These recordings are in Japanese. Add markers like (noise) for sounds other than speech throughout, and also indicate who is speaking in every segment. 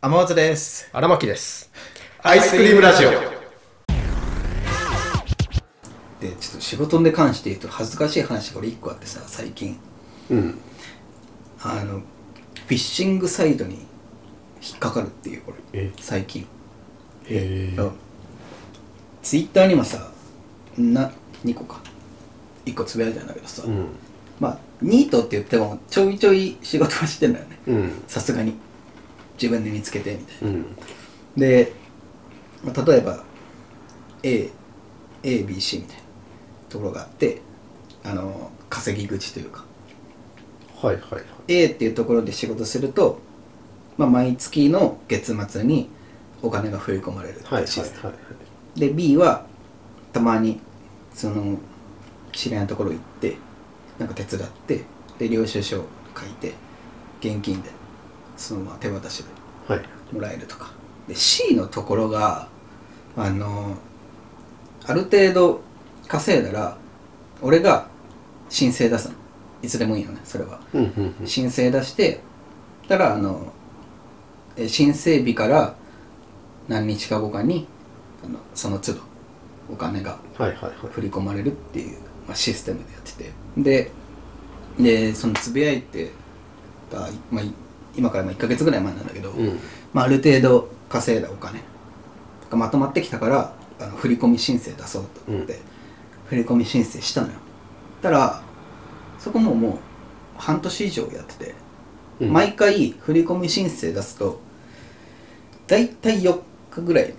Speaker 1: 天松です
Speaker 2: 荒牧です。
Speaker 1: アイスクリームラジオ
Speaker 3: でちょっと仕事に関して言うと恥ずかしい話が俺1個あってさ最近
Speaker 2: うん。
Speaker 3: あのフィッシングサイトに引っかかるっていう俺
Speaker 2: え
Speaker 3: 最近
Speaker 2: へ
Speaker 3: ツイッターにもさな2個か1個つぶやいたんだけどさ、
Speaker 2: うん。
Speaker 3: まあニートって言ってもちょいちょい仕事はしてんだよね
Speaker 2: うん。
Speaker 3: さすがに自分で見つけてみたいな
Speaker 2: うん。
Speaker 3: で、まあ、例えば AABC みたいなところがあってあの稼ぎ口というか
Speaker 2: はいはいはい。
Speaker 3: A っていうところで仕事すると、まあ、毎月の月末にお金が振り込まれるって
Speaker 2: はいはいいう
Speaker 3: システム、
Speaker 2: はい。
Speaker 3: で B はたまにその知り合いのところ行ってなんか手伝ってで領収書を書いて現金でそのまま手渡しで
Speaker 2: はい。
Speaker 3: もらえるとかで C のところがあのある程度稼いだら俺が申請出すのいつでもいいのねそれは
Speaker 2: うんうんうん。
Speaker 3: 申請出してたらあのえ申請日から何日か後かにあのその都度お金が
Speaker 2: はいはいはい。
Speaker 3: 振り込まれるっていう、まあ、システムでやっててででそのつぶやいてた、まあ、い今からまあ1ヶ月ぐらい前なんだけど、
Speaker 2: うん。
Speaker 3: まあ、ある程度稼いだお金がまとまってきたからあの振り込み申請出そうと思って、振り込み申請したのよたらそこももう半年以上やってて、
Speaker 2: うん。
Speaker 3: 毎回振り込み申請出すと大体4日ぐらい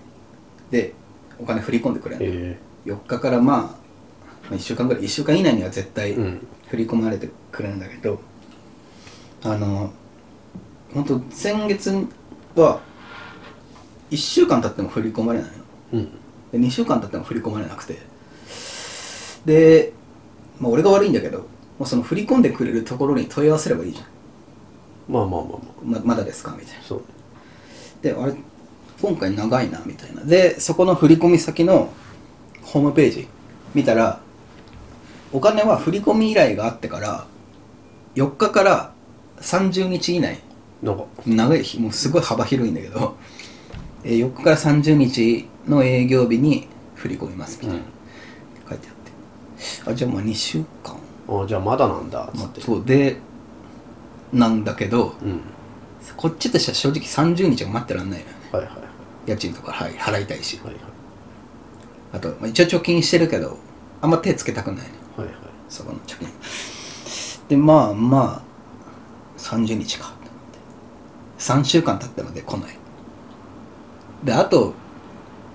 Speaker 3: でお金振り込んでくれるの、
Speaker 2: え
Speaker 3: 4日からまあまあ1週間ぐらい1週間以内には絶対
Speaker 2: え。うん。
Speaker 3: 振り込まれてくれるんだけどあの本当先月は1週間経っても振り込まれないの
Speaker 2: うん。
Speaker 3: で2週間経っても振り込まれなくてで、まあ、俺が悪いんだけどもうその振り込んでくれるところに問い合わせればいいじゃ
Speaker 2: まあまあまあま
Speaker 3: んままだですかみたい
Speaker 2: あ。
Speaker 3: な
Speaker 2: そう。
Speaker 3: であれ今回長いなみたいなでそこの振り込み先のホームページ見たらお金は振り込み依頼があってから4日から30日以内
Speaker 2: なんか。
Speaker 3: 長い日もうすごい幅広いんだけど、えー4日から30日の営業日に振り込みますみたいな、書いてあってあじゃあまあ2週間
Speaker 2: うん。あじゃあまだなんだ。つ
Speaker 3: 待
Speaker 2: っ。
Speaker 3: っててそうでなんだけど
Speaker 2: うん。
Speaker 3: こっちとしては正直30日は待ってらんないのよね
Speaker 2: はいはいは
Speaker 3: 家賃とかはい払いたいし
Speaker 2: い。はいは
Speaker 3: あと、まあ、一応貯金してるけどあんま手つけたくないの
Speaker 2: い。はいはい。
Speaker 3: そこの貯金でまあまあ30日かと思って3週間経ってまで来ないであと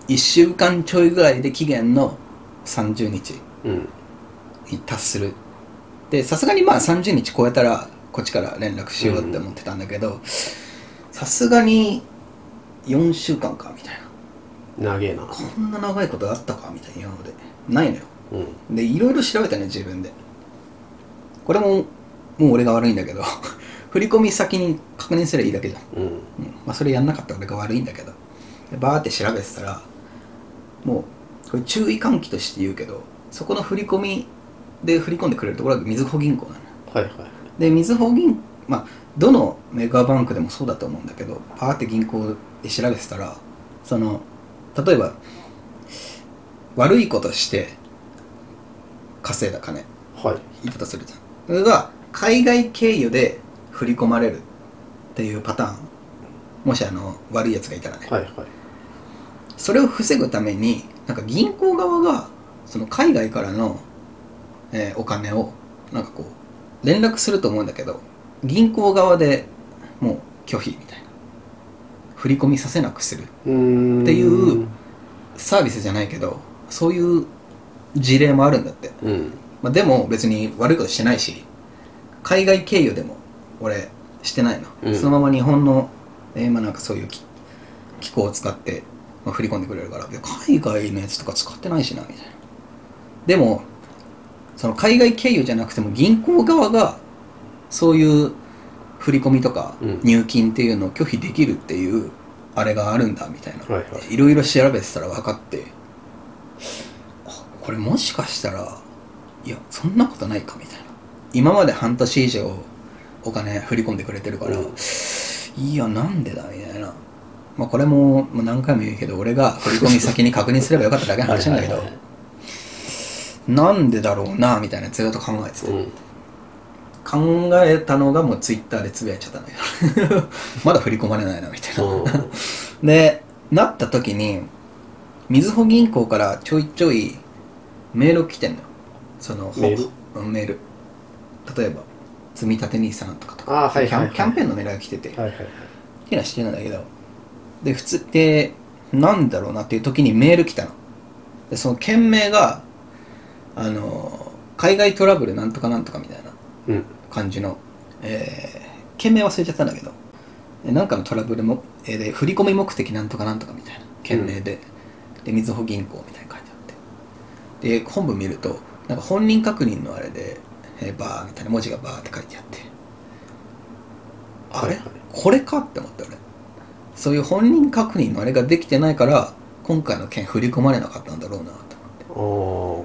Speaker 3: 1週間ちょいぐらいで期限の30日
Speaker 2: うん。
Speaker 3: に達するでさすがにまあ30日超えたらこっちから連絡しようって思ってたんだけどさすがに4週間かみたいな
Speaker 2: 長えな。
Speaker 3: こんな長いことあったかみたいな今までないのよ
Speaker 2: うん。
Speaker 3: でいろいろ調べたね自分でこれももう俺が悪いんだけど (laughs) 振り込み先に確認すればいいだけじゃん、
Speaker 2: うん。
Speaker 3: うんまあ、それやんなかった俺が悪いんだけどでバーって調べてたらもうこれ注意喚起として言うけどそこの振り込みで振り込んでくれるところがみずほ銀行なの
Speaker 2: はいはい。
Speaker 3: でみずほ銀まあどのメガバンクでもそうだと思うんだけどパーって銀行で調べてたらその例えば悪いことして稼いだ金
Speaker 2: はい。
Speaker 3: いたとするじゃんそれが海外経由で振り込まれるっていうパターンもしあの悪いやつがいたらね、
Speaker 2: はいはい。
Speaker 3: それを防ぐためになんか銀行側がその海外からの、えーお金をなんかこう連絡すると思うんだけど銀行側でもう拒否みたいな振り込みさせなくする
Speaker 2: うーん。
Speaker 3: っていう。サービスじゃないけどそういう事例もあるんだって、
Speaker 2: うん。
Speaker 3: まあ、でも別に悪いことしてないし海外経由でも俺してないの、
Speaker 2: うん
Speaker 3: そのまま日本の、えーまあ、なんかそういうき機構を使って、まあ、振り込んでくれるからいや海外のやつとか使ってないしなみたいなでもその海外経由じゃなくても銀行側がそういう振り込みとか
Speaker 2: うん
Speaker 3: 入金っていうのを拒否できるっていうあれがあるんだみたいな、
Speaker 2: はいはい
Speaker 3: いろいろ調べてたら分かってあこれもしかしたらいやそんなことないかみたいな今まで半年以上お金振り込んでくれてるから、
Speaker 2: うん
Speaker 3: いやなんでだみたいなまあ、これももう何回も言うけど俺が振り込み先に確認すればよかっただけの話なんだけど
Speaker 2: はいはい
Speaker 3: なんでだろうなみたいなずっと考えてて、
Speaker 2: はい
Speaker 3: 考えたのがもうツイッターでつぶやいちゃったんだけど (laughs) まだ振り込まれないなみたいな、
Speaker 2: うん、うん
Speaker 3: でなった時にみずほ銀行からちょいちょいメール来てんのよその
Speaker 2: メー
Speaker 3: ルメール例えば積み立て n i s とかとか
Speaker 2: ああはいはいはい
Speaker 3: キャンキャンペーンのメールが来てて、
Speaker 2: はいはいはい
Speaker 3: っていうのはしてるんだけどで普通でなんだろうなっていう時にメール来たのでその件名があの海外トラブルなんとかなんとかみたいな
Speaker 2: うん
Speaker 3: 感じの、えー件名忘れちゃったんだけどでなんかのトラブルも、えーで振り込み目的なんとかなんとかみたいな件名で、でみずほ銀行みたいに書いてあってで本部見るとなんか本人確認のあれで、えーバーみたいな文字がバーって書いてあってあれ、
Speaker 2: はいはい
Speaker 3: これかって思った俺そういう本人確認のあれができてないから今回の件振り込まれなかったんだろうなと思って
Speaker 2: お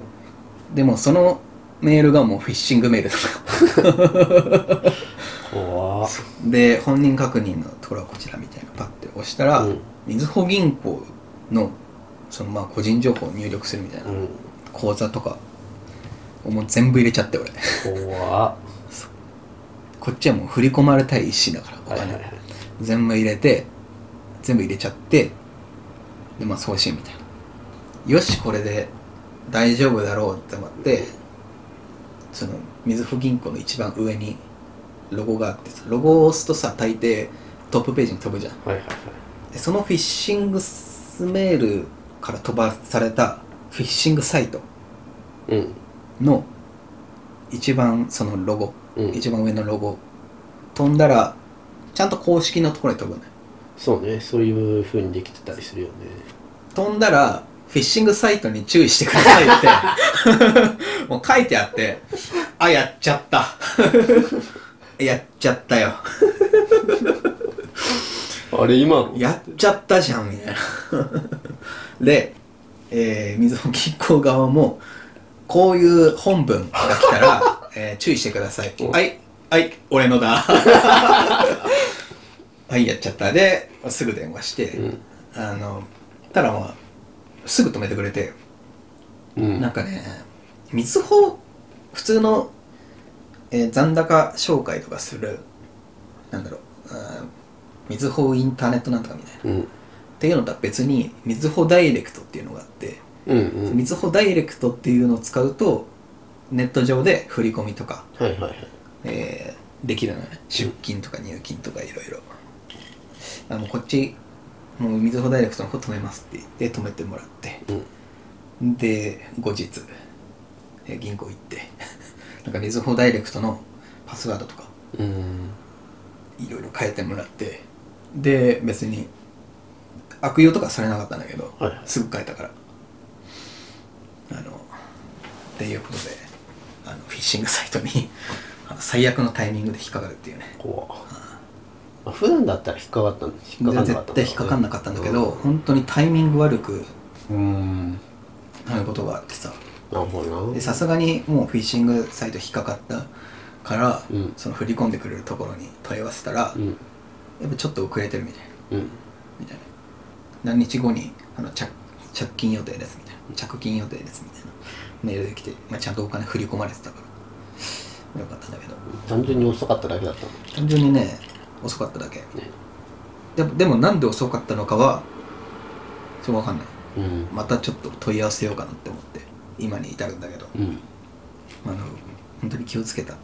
Speaker 2: ー
Speaker 3: でもそのメールがもうフィッシングメールだから
Speaker 2: 怖っ
Speaker 3: で本人確認のところはこちらみたいなパッて押したら、
Speaker 2: うん
Speaker 3: みずほ銀行のそのまあ個人情報を入力するみたいな、
Speaker 2: うん
Speaker 3: 口座とかをもう全部入れちゃって俺 (laughs)
Speaker 2: 怖っ
Speaker 3: こっちはもう振り込まれたい一心だからお
Speaker 2: はい
Speaker 3: 金、
Speaker 2: はいはい
Speaker 3: 全部入れて全部入れちゃってでまあ送信みたいなよしこれで大丈夫だろうって思ってそのみずほ銀行の一番上にロゴがあってさロゴを押すとさ大抵トップページに飛ぶじゃん
Speaker 2: はいはいはい
Speaker 3: でそのフィッシングメールから飛ばされたフィッシングサイト
Speaker 2: うん
Speaker 3: の一番そのロゴ、
Speaker 2: うん
Speaker 3: 一番上のロゴ飛んだらちゃんと公式のところに飛ぶのよ
Speaker 2: そうねそういうふうにできてたりするよね
Speaker 3: 飛んだらフィッシングサイトに注意してくださいってもう書いてあってあやっちゃった (laughs) やっちゃったよ
Speaker 2: あれ今の
Speaker 3: やっちゃったじゃんみたいな (laughs) で、えー、みずほ銀行側もこういう本文が来た
Speaker 2: (laughs)
Speaker 3: ら、えー注意してください
Speaker 2: お
Speaker 3: はいはい俺のだ (laughs) はいやっちゃったですぐ電話して、
Speaker 2: うん
Speaker 3: あのたらまあすぐ止めてくれて、
Speaker 2: うん
Speaker 3: なんかねみずほ普通の、えー残高紹介とかするなんだろうあーみずほインターネットなんとかみたいな
Speaker 2: うん
Speaker 3: っていうのとは別にみずほダイレクトっていうのがあって
Speaker 2: うんうん
Speaker 3: みずほダイレクトっていうのを使うとネット上で振り込みとか、
Speaker 2: はいはいはい
Speaker 3: えーできるのね出金とか入金とかいろいろあのこっちもうみずほダイレクトの方止めますって言って止めてもらって
Speaker 2: うん
Speaker 3: で後日、えー銀行行って (laughs) なんかみずほダイレクトのパスワードとか
Speaker 2: うん
Speaker 3: いろいろ変えてもらってで別に悪用とかされなかったんだけど、
Speaker 2: はいはい
Speaker 3: すぐ変えたからあのっていうことであのフィッシングサイトにあの最悪のタイミングで引っかかるっていうね
Speaker 2: 怖っまあ普段だったら引っかかったん引っかかんなかった
Speaker 3: 絶対引っかかんなかったんだけど、本当にタイミング悪く
Speaker 2: うんな
Speaker 3: なることがあってさ
Speaker 2: るほど
Speaker 3: で
Speaker 2: な
Speaker 3: さすがにもうフィッシングサイト引っかかったから、
Speaker 2: うん
Speaker 3: その振り込んでくれるところに問い合わせたら、
Speaker 2: うん
Speaker 3: やっぱちょっと遅れてるみたいな
Speaker 2: うん
Speaker 3: みたいな何日後にあの着着金予定ですみたいな着金予定ですみたいなメールで来て、まあ、ちゃんとお金振り込まれてたからよかったんだけど
Speaker 2: 単純に遅かっただけだったの
Speaker 3: 単純にね遅かっただけ
Speaker 2: ね
Speaker 3: でもでもなんで遅かったのかはそうわかんない
Speaker 2: うん
Speaker 3: またちょっと問い合わせようかなって思って今に至るんだけど
Speaker 2: うん
Speaker 3: あの本当に気をつけた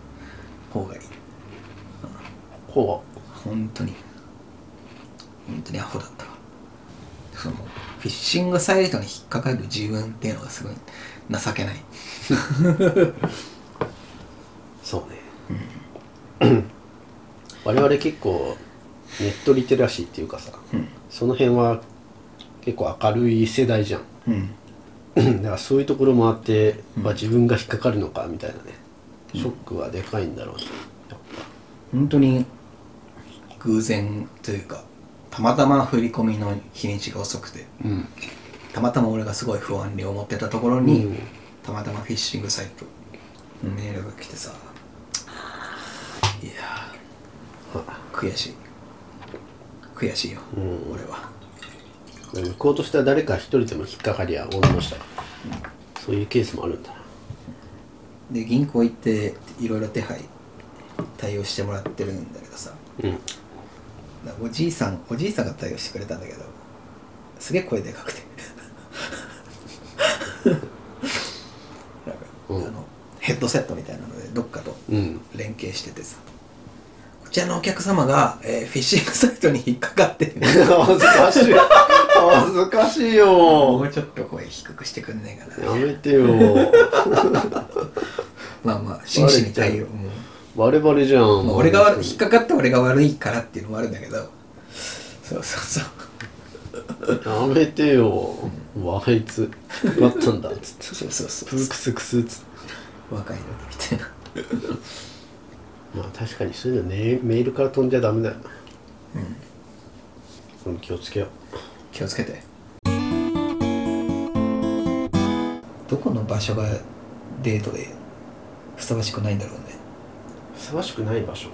Speaker 3: 方がいい
Speaker 2: 怖っ
Speaker 3: 本当に本当にアホだったわそのフィッシングサイトに引っかかる自分っていうのがすごい情けない
Speaker 2: そうね我々結構ネットリテラシーっていうかさ
Speaker 3: うん
Speaker 2: その辺は結構明るい世代じゃん
Speaker 3: うん
Speaker 2: だからそういうところもあって、
Speaker 3: うん
Speaker 2: まあ、自分が引っかかるのかみたいなねショックはでかいんだろうね、
Speaker 3: 本当に偶然というかたまたま振り込みの日にちが遅くて
Speaker 2: うん
Speaker 3: たまたま俺がすごい不安に思ってたところに、たまたまフィッシングサイトのメールが来てさいやー悔しい悔しいよ、
Speaker 2: うん
Speaker 3: 俺は
Speaker 2: 向こうとしては誰か一人でも引っかかりはおりましたよそういうケースもあるんだな
Speaker 3: で銀行行っていろいろ手配対応してもらってるんだけどさ
Speaker 2: うん
Speaker 3: だからおじいさんおじいさんが対応してくれたんだけどすげえ声でかくて (laughs) なんか、
Speaker 2: うん
Speaker 3: あのヘッドセットみたいなのでどっかと
Speaker 2: うん
Speaker 3: 連携しててさこちらのお客様が、えーフィッシングサイトに引っかか
Speaker 2: (laughs)
Speaker 3: って
Speaker 2: (laughs) 恥ずかしい恥ずかしい
Speaker 3: も
Speaker 2: よ
Speaker 3: うちょっと声低くしてくんねえかな
Speaker 2: やめて (laughs) よ
Speaker 3: まあまあ真摯に対応うん
Speaker 2: バレバレじゃん、
Speaker 3: まあ、俺が悪い引っかかった俺が悪いからっていうのもあるんだけどそうそうそう
Speaker 2: やめてよわあいつ奪ったんだつって
Speaker 3: そうそうそ
Speaker 2: プークスクスつって
Speaker 3: う若いのにみたいな
Speaker 2: まあ確かにそういうのねメールから飛んじゃダメだよな
Speaker 3: うん
Speaker 2: うん気をつけよ
Speaker 3: 気をつけてどこの場所がデートでふさわしくないんだろうね、
Speaker 2: うふさわしくない場所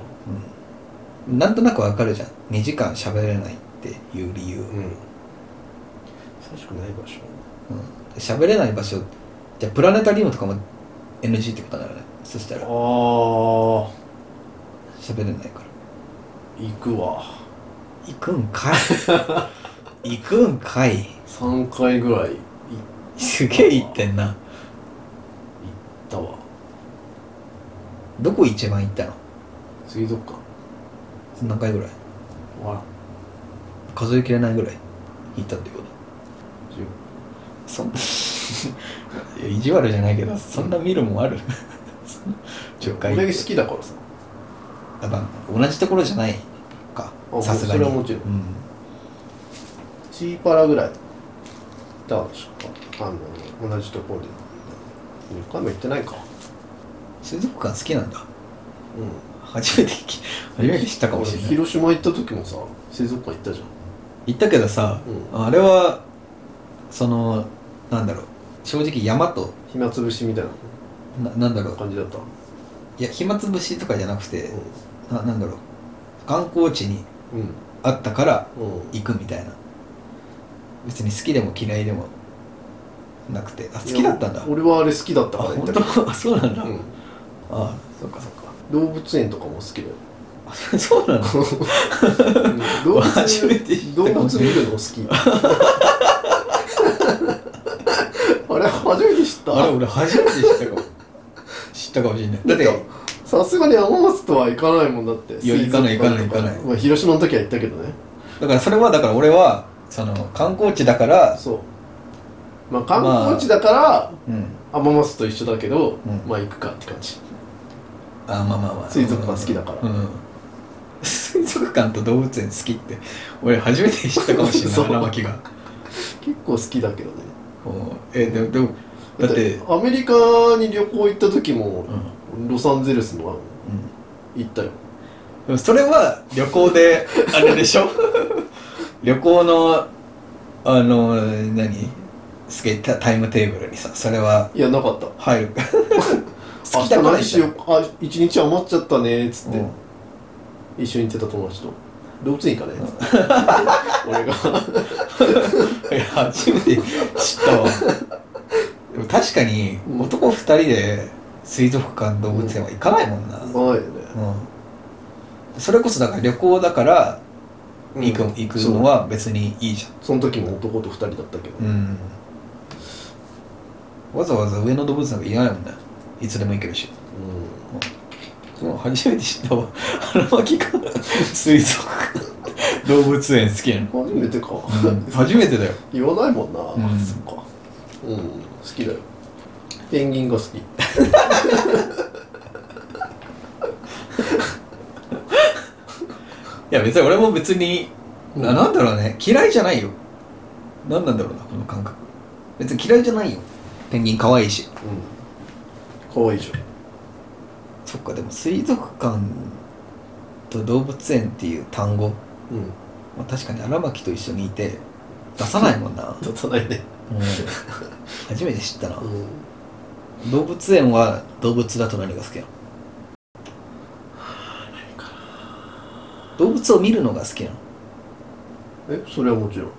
Speaker 3: うん、なんとなくわかるじゃん2時間喋れないっていう理由
Speaker 2: うんふさわしくない場所
Speaker 3: うん喋、れない場所じゃあプラネタリウムとかも NG ってことだよねそしたら
Speaker 2: あ
Speaker 3: 喋れないから
Speaker 2: ー行くわ
Speaker 3: 行くんか (laughs) い行くんかい
Speaker 2: 3回ぐらい行っ
Speaker 3: すげえ行ってんな
Speaker 2: たわ
Speaker 3: どこ一番行ったの
Speaker 2: 水族館
Speaker 3: 何回ぐらい
Speaker 2: わ
Speaker 3: 数えきれないぐらい行ったってことそん (laughs) いや意地悪じゃないけどそんな見るもんあるそんなちょっかい
Speaker 2: 俺好きだからさ
Speaker 3: やっぱ同じところじゃないか
Speaker 2: あ
Speaker 3: さすがに
Speaker 2: それはもちろん
Speaker 3: うん
Speaker 2: チーパラぐらいだからしかあの同じところで2回も行ってないか
Speaker 3: 水族館好きなんだ
Speaker 2: うん
Speaker 3: 初めて聞き初めて知ったかもしれない
Speaker 2: 広島行った時もさ水族館行ったじゃん
Speaker 3: 行ったけどさ、
Speaker 2: う
Speaker 3: あれはそのなんだろう正直山と
Speaker 2: 暇つぶしみたい
Speaker 3: ななんだろ
Speaker 2: な
Speaker 3: う
Speaker 2: 感じだった
Speaker 3: いや暇つぶしとかじゃなくて、ななんだろう観光地に
Speaker 2: うんうん
Speaker 3: あったから
Speaker 2: うん
Speaker 3: 行くみたいな別に好きでも嫌いでもなくてあ好きだったんだ
Speaker 2: いや俺はあれ好きだった
Speaker 3: あ
Speaker 2: から行
Speaker 3: 本
Speaker 2: ったけど
Speaker 3: 当あそうなんだ、
Speaker 2: う
Speaker 3: あ
Speaker 2: ん
Speaker 3: あそうかそうか
Speaker 2: 動物園とかも好きだよ
Speaker 3: あそうなんだ
Speaker 2: 動
Speaker 3: (laughs)
Speaker 2: 物
Speaker 3: 初めて知
Speaker 2: 見
Speaker 3: った
Speaker 2: 動
Speaker 3: かも
Speaker 2: 物見るの
Speaker 3: (laughs)
Speaker 2: 好きあれ初めて知っ
Speaker 3: (laughs)
Speaker 2: た
Speaker 3: あれ俺初めて知ったかも知ったかもしれないだって
Speaker 2: さすがに浜松とは行かないもんだって
Speaker 3: いや行かない
Speaker 2: 水族館と
Speaker 3: 行かない行かない
Speaker 2: まあ、広島の時は行ったけどね
Speaker 3: だからそれはだから俺はその観光地だから
Speaker 2: そうまあ観光地だから
Speaker 3: うん
Speaker 2: 浜松と一緒だけど、
Speaker 3: うん
Speaker 2: まあ行くかって感じ
Speaker 3: あまあまあまあ
Speaker 2: 水族館好きだから
Speaker 3: うん水族館と動物園好きって俺初めて知ったかもしれ
Speaker 2: そ
Speaker 3: (laughs) な
Speaker 2: う
Speaker 3: い荒牧が
Speaker 2: 結構好きだけどね
Speaker 3: うんえでもでもだって
Speaker 2: アメリカに旅行行った時も
Speaker 3: うん、うん
Speaker 2: ロサンゼルスの行ったよ
Speaker 3: でもそれは旅行であれでし (laughs) ょ旅行のあの何すげえタタイムテーブルにさそれはい
Speaker 2: やなかった
Speaker 3: 入る
Speaker 2: 明
Speaker 3: (laughs) 好
Speaker 2: 日
Speaker 3: きだから
Speaker 2: 何しようかあ一日余っちゃったねーっつ
Speaker 3: う
Speaker 2: っ
Speaker 3: ん
Speaker 2: て、一緒に行ってた友達と動物園行かないっつって
Speaker 3: (laughs)
Speaker 2: 俺が
Speaker 3: いや初めて知った
Speaker 2: (laughs)
Speaker 3: わでも確かに
Speaker 2: うん
Speaker 3: 男二人で水族館動物園は行かないもんな、うん
Speaker 2: ないよね
Speaker 3: それこそだから旅行だから行く,、
Speaker 2: うん
Speaker 3: 行くのは別にいいじゃん
Speaker 2: その時も男と二人だったけど、
Speaker 3: うんわざわざ上野動物園なんかいないもんねいつでも行けるしもう初めて知ったわ花巻が水族館動物園好きなの、
Speaker 2: 初めてか、
Speaker 3: 初めてだよ
Speaker 2: 言わないもんな、
Speaker 3: うん
Speaker 2: そっかうん好きだよペンギンが好き
Speaker 3: いや別に俺も別に、
Speaker 2: うん
Speaker 3: ななんだろうね嫌いじゃないよなんなんだろうなこの感覚別に嫌いじゃないよペンギン可愛いし
Speaker 2: うん可愛いじゃん
Speaker 3: そっかでも水族館と動物園っていう単語、
Speaker 2: うん
Speaker 3: まあ、確かに荒牧と一緒にいて出さないもんな、
Speaker 2: 立たないね
Speaker 3: うん初めて知ったな
Speaker 2: うん
Speaker 3: 動物園は動物だと何が好きなの動物を見るのが好きなの
Speaker 2: えそれはもちろん
Speaker 3: も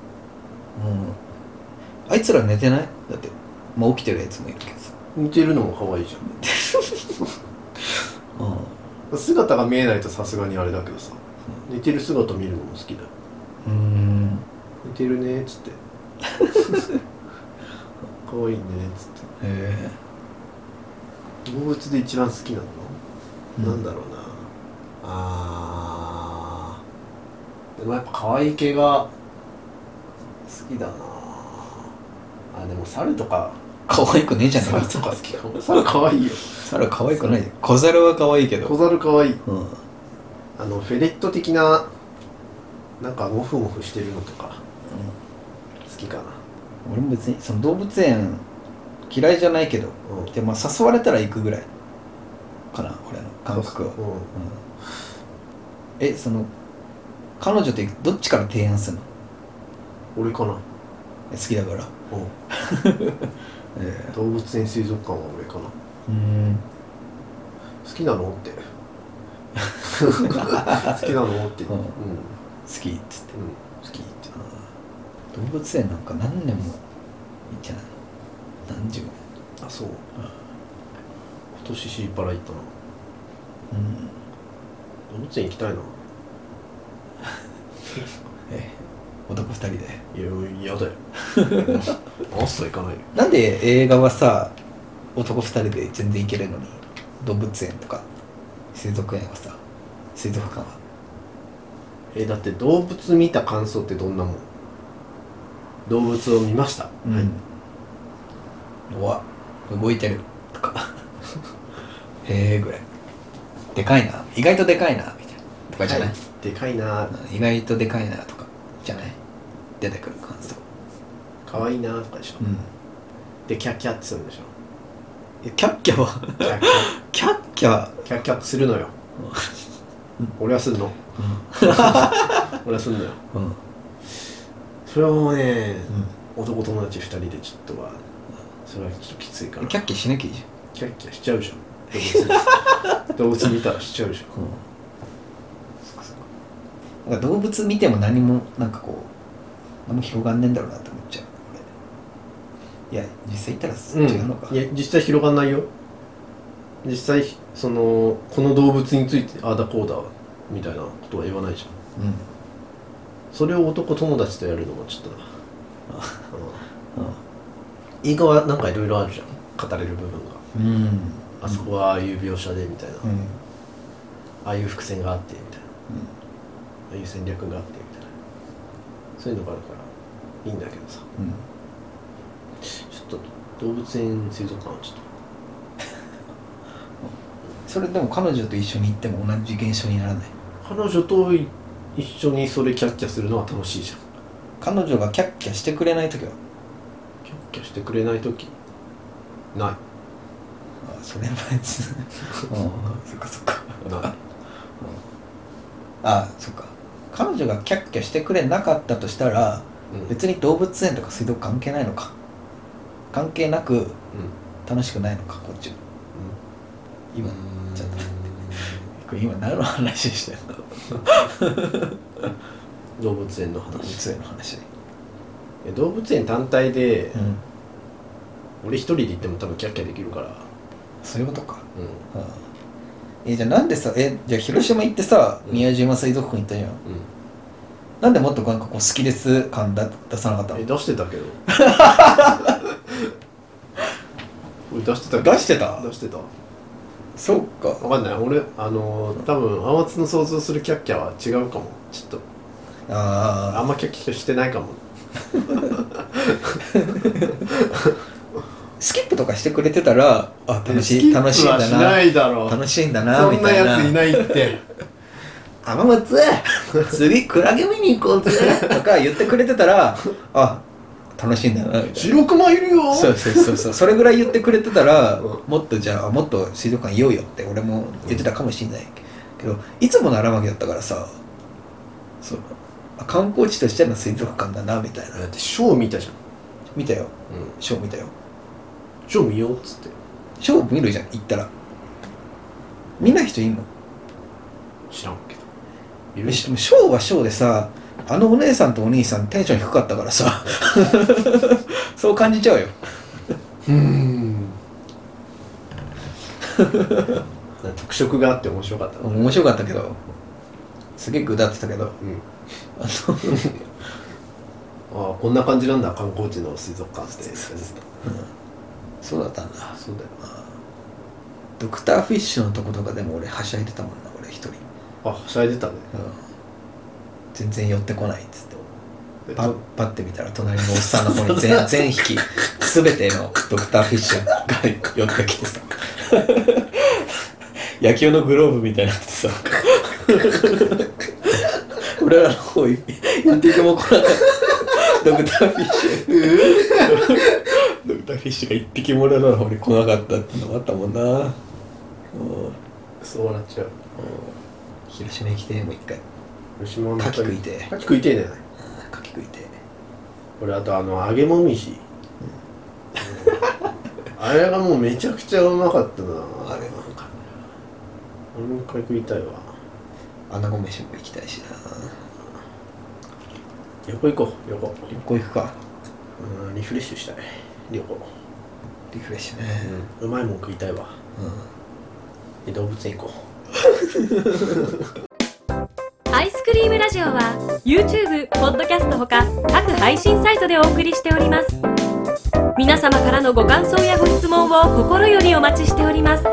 Speaker 3: うあいつら寝てないだって、まあ、起きてるやつもいるけどさ、
Speaker 2: 似てるのも可愛いじ
Speaker 3: うん、
Speaker 2: ゃん姿が見えないとさすがにあれだけどさ似てる姿見るのも好きだよ
Speaker 3: うーん
Speaker 2: 似てるねっつって (laughs) 可愛いねっつ
Speaker 3: へ
Speaker 2: っ
Speaker 3: え
Speaker 2: て動物で一番好きなの、
Speaker 3: うん
Speaker 2: なんだろうなあーでもやっぱ可愛い系が好きだなあでも猿とか
Speaker 3: 可愛くねえじゃねえ
Speaker 2: 猿
Speaker 3: か
Speaker 2: とか好きかも猿可愛いよ
Speaker 3: 猿可愛くないよ小猿は可愛いけ
Speaker 2: 小
Speaker 3: ど
Speaker 2: 猿可愛い
Speaker 3: うん
Speaker 2: あのフェレット的ななんかモフモフしてるのとか好きかな
Speaker 3: 俺も別にその動物園嫌いじゃないけど
Speaker 2: うん
Speaker 3: でまあ誘われたら行くぐらいかな俺の感覚は、うん、
Speaker 2: うん
Speaker 3: えその彼女ってどっちから提案するの
Speaker 2: 俺かな、
Speaker 3: え好きだから
Speaker 2: う
Speaker 3: え
Speaker 2: ん、動物園水族館は俺かな
Speaker 3: えうん
Speaker 2: 好きなのって好きなのって、
Speaker 3: う
Speaker 2: うんんうん、好
Speaker 3: 好きっつって
Speaker 2: きって
Speaker 3: 動物園なんか何年も行ってない何十年
Speaker 2: あそう、今年シーパラ行ったな
Speaker 3: うん
Speaker 2: 動物園行きたいな
Speaker 3: ええ男二人で
Speaker 2: いや嫌だよあっさ行かないよ
Speaker 3: なんで映画はさ男二人で全然行けるのに動物園とか水族園はさ水族館は
Speaker 2: えだって動物見た感想ってどんなもん動物を見ました、はい
Speaker 3: うんうわ動いてるとか (laughs) へえぐらいでかいな意外とでかいなみたいなとかじゃない、
Speaker 2: でかいな
Speaker 3: うん意外とでかいなとかじゃない出てくる感想
Speaker 2: 可愛いなとかでしょ、
Speaker 3: うん
Speaker 2: でキャッキャッってするんでしょ
Speaker 3: えキャッキャは (laughs)
Speaker 2: キャッ
Speaker 3: キャッキャ、
Speaker 2: キャッキャッキャッするのよ俺はすんの俺はすんのよ
Speaker 3: うんうん
Speaker 2: それはもうね男友達2人でちょっとはそれはちょっときついか
Speaker 3: う
Speaker 2: ら
Speaker 3: ん、キャッキャしなきゃいいじ
Speaker 2: キャッキャしちゃうじゃん
Speaker 3: (laughs)
Speaker 2: 動物動物見たらしちゃうじゃん
Speaker 3: ゃん、なんか動物見ても何もなんかこう何も広がんねえんだろうなって思っちゃう俺いや実際行ったら違うのか、
Speaker 2: いや実際広がんないよ実際そのこの動物についてああだこうだみたいなことは言わないじゃん
Speaker 3: うん
Speaker 2: それを男友達とやるのもちょっと
Speaker 3: う
Speaker 2: な
Speaker 3: ん
Speaker 2: うん映画はなんかいろいろあるじゃん語れる部分
Speaker 3: う
Speaker 2: が
Speaker 3: ん
Speaker 2: あそこはああいう描写でみたいな、
Speaker 3: うんうん
Speaker 2: ああいう伏線があってみたいなああいう戦略があってみたいなそういうのがあるからいいんだけどさ
Speaker 3: うん
Speaker 2: ちょっと動物園水族館はちょっ
Speaker 3: それでも彼女と一緒に行っても同じ現象にならない
Speaker 2: と彼女とい一緒にそれキャッキャするのは楽しいじゃん
Speaker 3: 彼女がキャッキャしてくれない時は
Speaker 2: キャッキャしてくれない時な
Speaker 3: あそれは別にうんそっかそっか
Speaker 2: いない
Speaker 3: あそっか彼女がキャッキャしてくれなかったとしたら
Speaker 2: うん
Speaker 3: 別に動物園とか水道関係ないのか関係なく
Speaker 2: うん
Speaker 3: 楽しくないのかこっちも今ちょっとこれ今何の話してんの
Speaker 2: 動物園の
Speaker 3: 動
Speaker 2: 話
Speaker 3: 物園の話
Speaker 2: え動物園単体で、
Speaker 3: うん
Speaker 2: 俺一人で行っても多分キャッキャできるから
Speaker 3: そういうことか
Speaker 2: う
Speaker 3: うんえじゃあなんでさえじゃあ広島行ってさ
Speaker 2: うん
Speaker 3: 宮島水族館行ったじゃん
Speaker 2: んうん
Speaker 3: なんでもっとなんかこう好きです感だ出さなかった
Speaker 2: え
Speaker 3: の
Speaker 2: 出してたけど (laughs) 俺出してたけど
Speaker 3: 出してた
Speaker 2: 出してた
Speaker 3: そう
Speaker 2: わ
Speaker 3: か
Speaker 2: かんない俺あのー、多分天津の想像するキャッキャは違うかもちょっとあ
Speaker 3: あ
Speaker 2: んまキャッキャしてないかも
Speaker 3: あスキップとかしてくれてたらあ楽
Speaker 2: え
Speaker 3: しい楽しいん
Speaker 2: スキ
Speaker 3: だ
Speaker 2: ップはしな
Speaker 3: ない
Speaker 2: だろ
Speaker 3: 楽しいんだな
Speaker 2: そ
Speaker 3: み
Speaker 2: んな
Speaker 3: たいな
Speaker 2: やついないって
Speaker 3: 天松次クラゲ見に行こうぜとか言ってくれてたらあ楽しいんだなみたいな
Speaker 2: 白熊いるよ
Speaker 3: そうそうそうそうそれぐらい言ってくれてたら、
Speaker 2: うん
Speaker 3: もっとじゃあもっと水族館いようよって俺も言ってたかもしれないけどいつもの荒牧だったからさそうあ観光地としての水族館だなみたいな
Speaker 2: だってショー見たじゃん、
Speaker 3: 見たよ
Speaker 2: うん、
Speaker 3: ショー見たよ
Speaker 2: ショー見ようっつって
Speaker 3: ショー見るじゃん行ったら見ない人いんの
Speaker 2: 知らんけどい
Speaker 3: しショーはショーでさあのお姉さんとお兄さんテンション低かったからさ (laughs) そう感じちゃうよ
Speaker 2: うーん特色があって面白かったな、
Speaker 3: 面白かったけどすげえグダってたけど
Speaker 2: うん
Speaker 3: あの
Speaker 2: ああこんな感じなんだ観光地の水族館ってそ
Speaker 3: そうだったんだ
Speaker 2: うだよ
Speaker 3: ドクターフィッシュのとことかでも俺はしゃいでたもんな俺一人、うん、
Speaker 2: あはしゃいでたね
Speaker 3: 全然寄ってこないっつって
Speaker 2: えっ
Speaker 3: パッ
Speaker 2: と
Speaker 3: パッて見たら隣のおっさんの方に全全匹全てのドクターフィッシュが寄ってきてさ野球のグローブみたいになってさ俺らの方一匹も来なかったドクターフィッシュドクターフィッシュが一匹も俺らの方に来なかったってのもあったもんなうん
Speaker 2: そう笑っちゃう
Speaker 3: 広島に来てもう一回
Speaker 2: 虫も
Speaker 3: 牡蠣食いて
Speaker 2: 牡蠣食いてえね
Speaker 3: 牡蠣食いて
Speaker 2: 俺あとあの揚げもみじ、あれがもうめちゃくちゃうまかったな
Speaker 3: あれなんか
Speaker 2: 俺もう一回食いたいわ
Speaker 3: 穴子飯も行きたいしな
Speaker 2: 横行こう横
Speaker 3: 旅行行くか
Speaker 2: うんリフレッシュしたい旅行、
Speaker 3: リフレッシュね
Speaker 2: うまいもん食いたいわ
Speaker 3: う
Speaker 2: で動物園行こ
Speaker 4: アイスクリームラジオは YouTube、ポッドキャストほか各配信サイトでお送りしております皆様からのご感想やご質問を心よりお待ちしております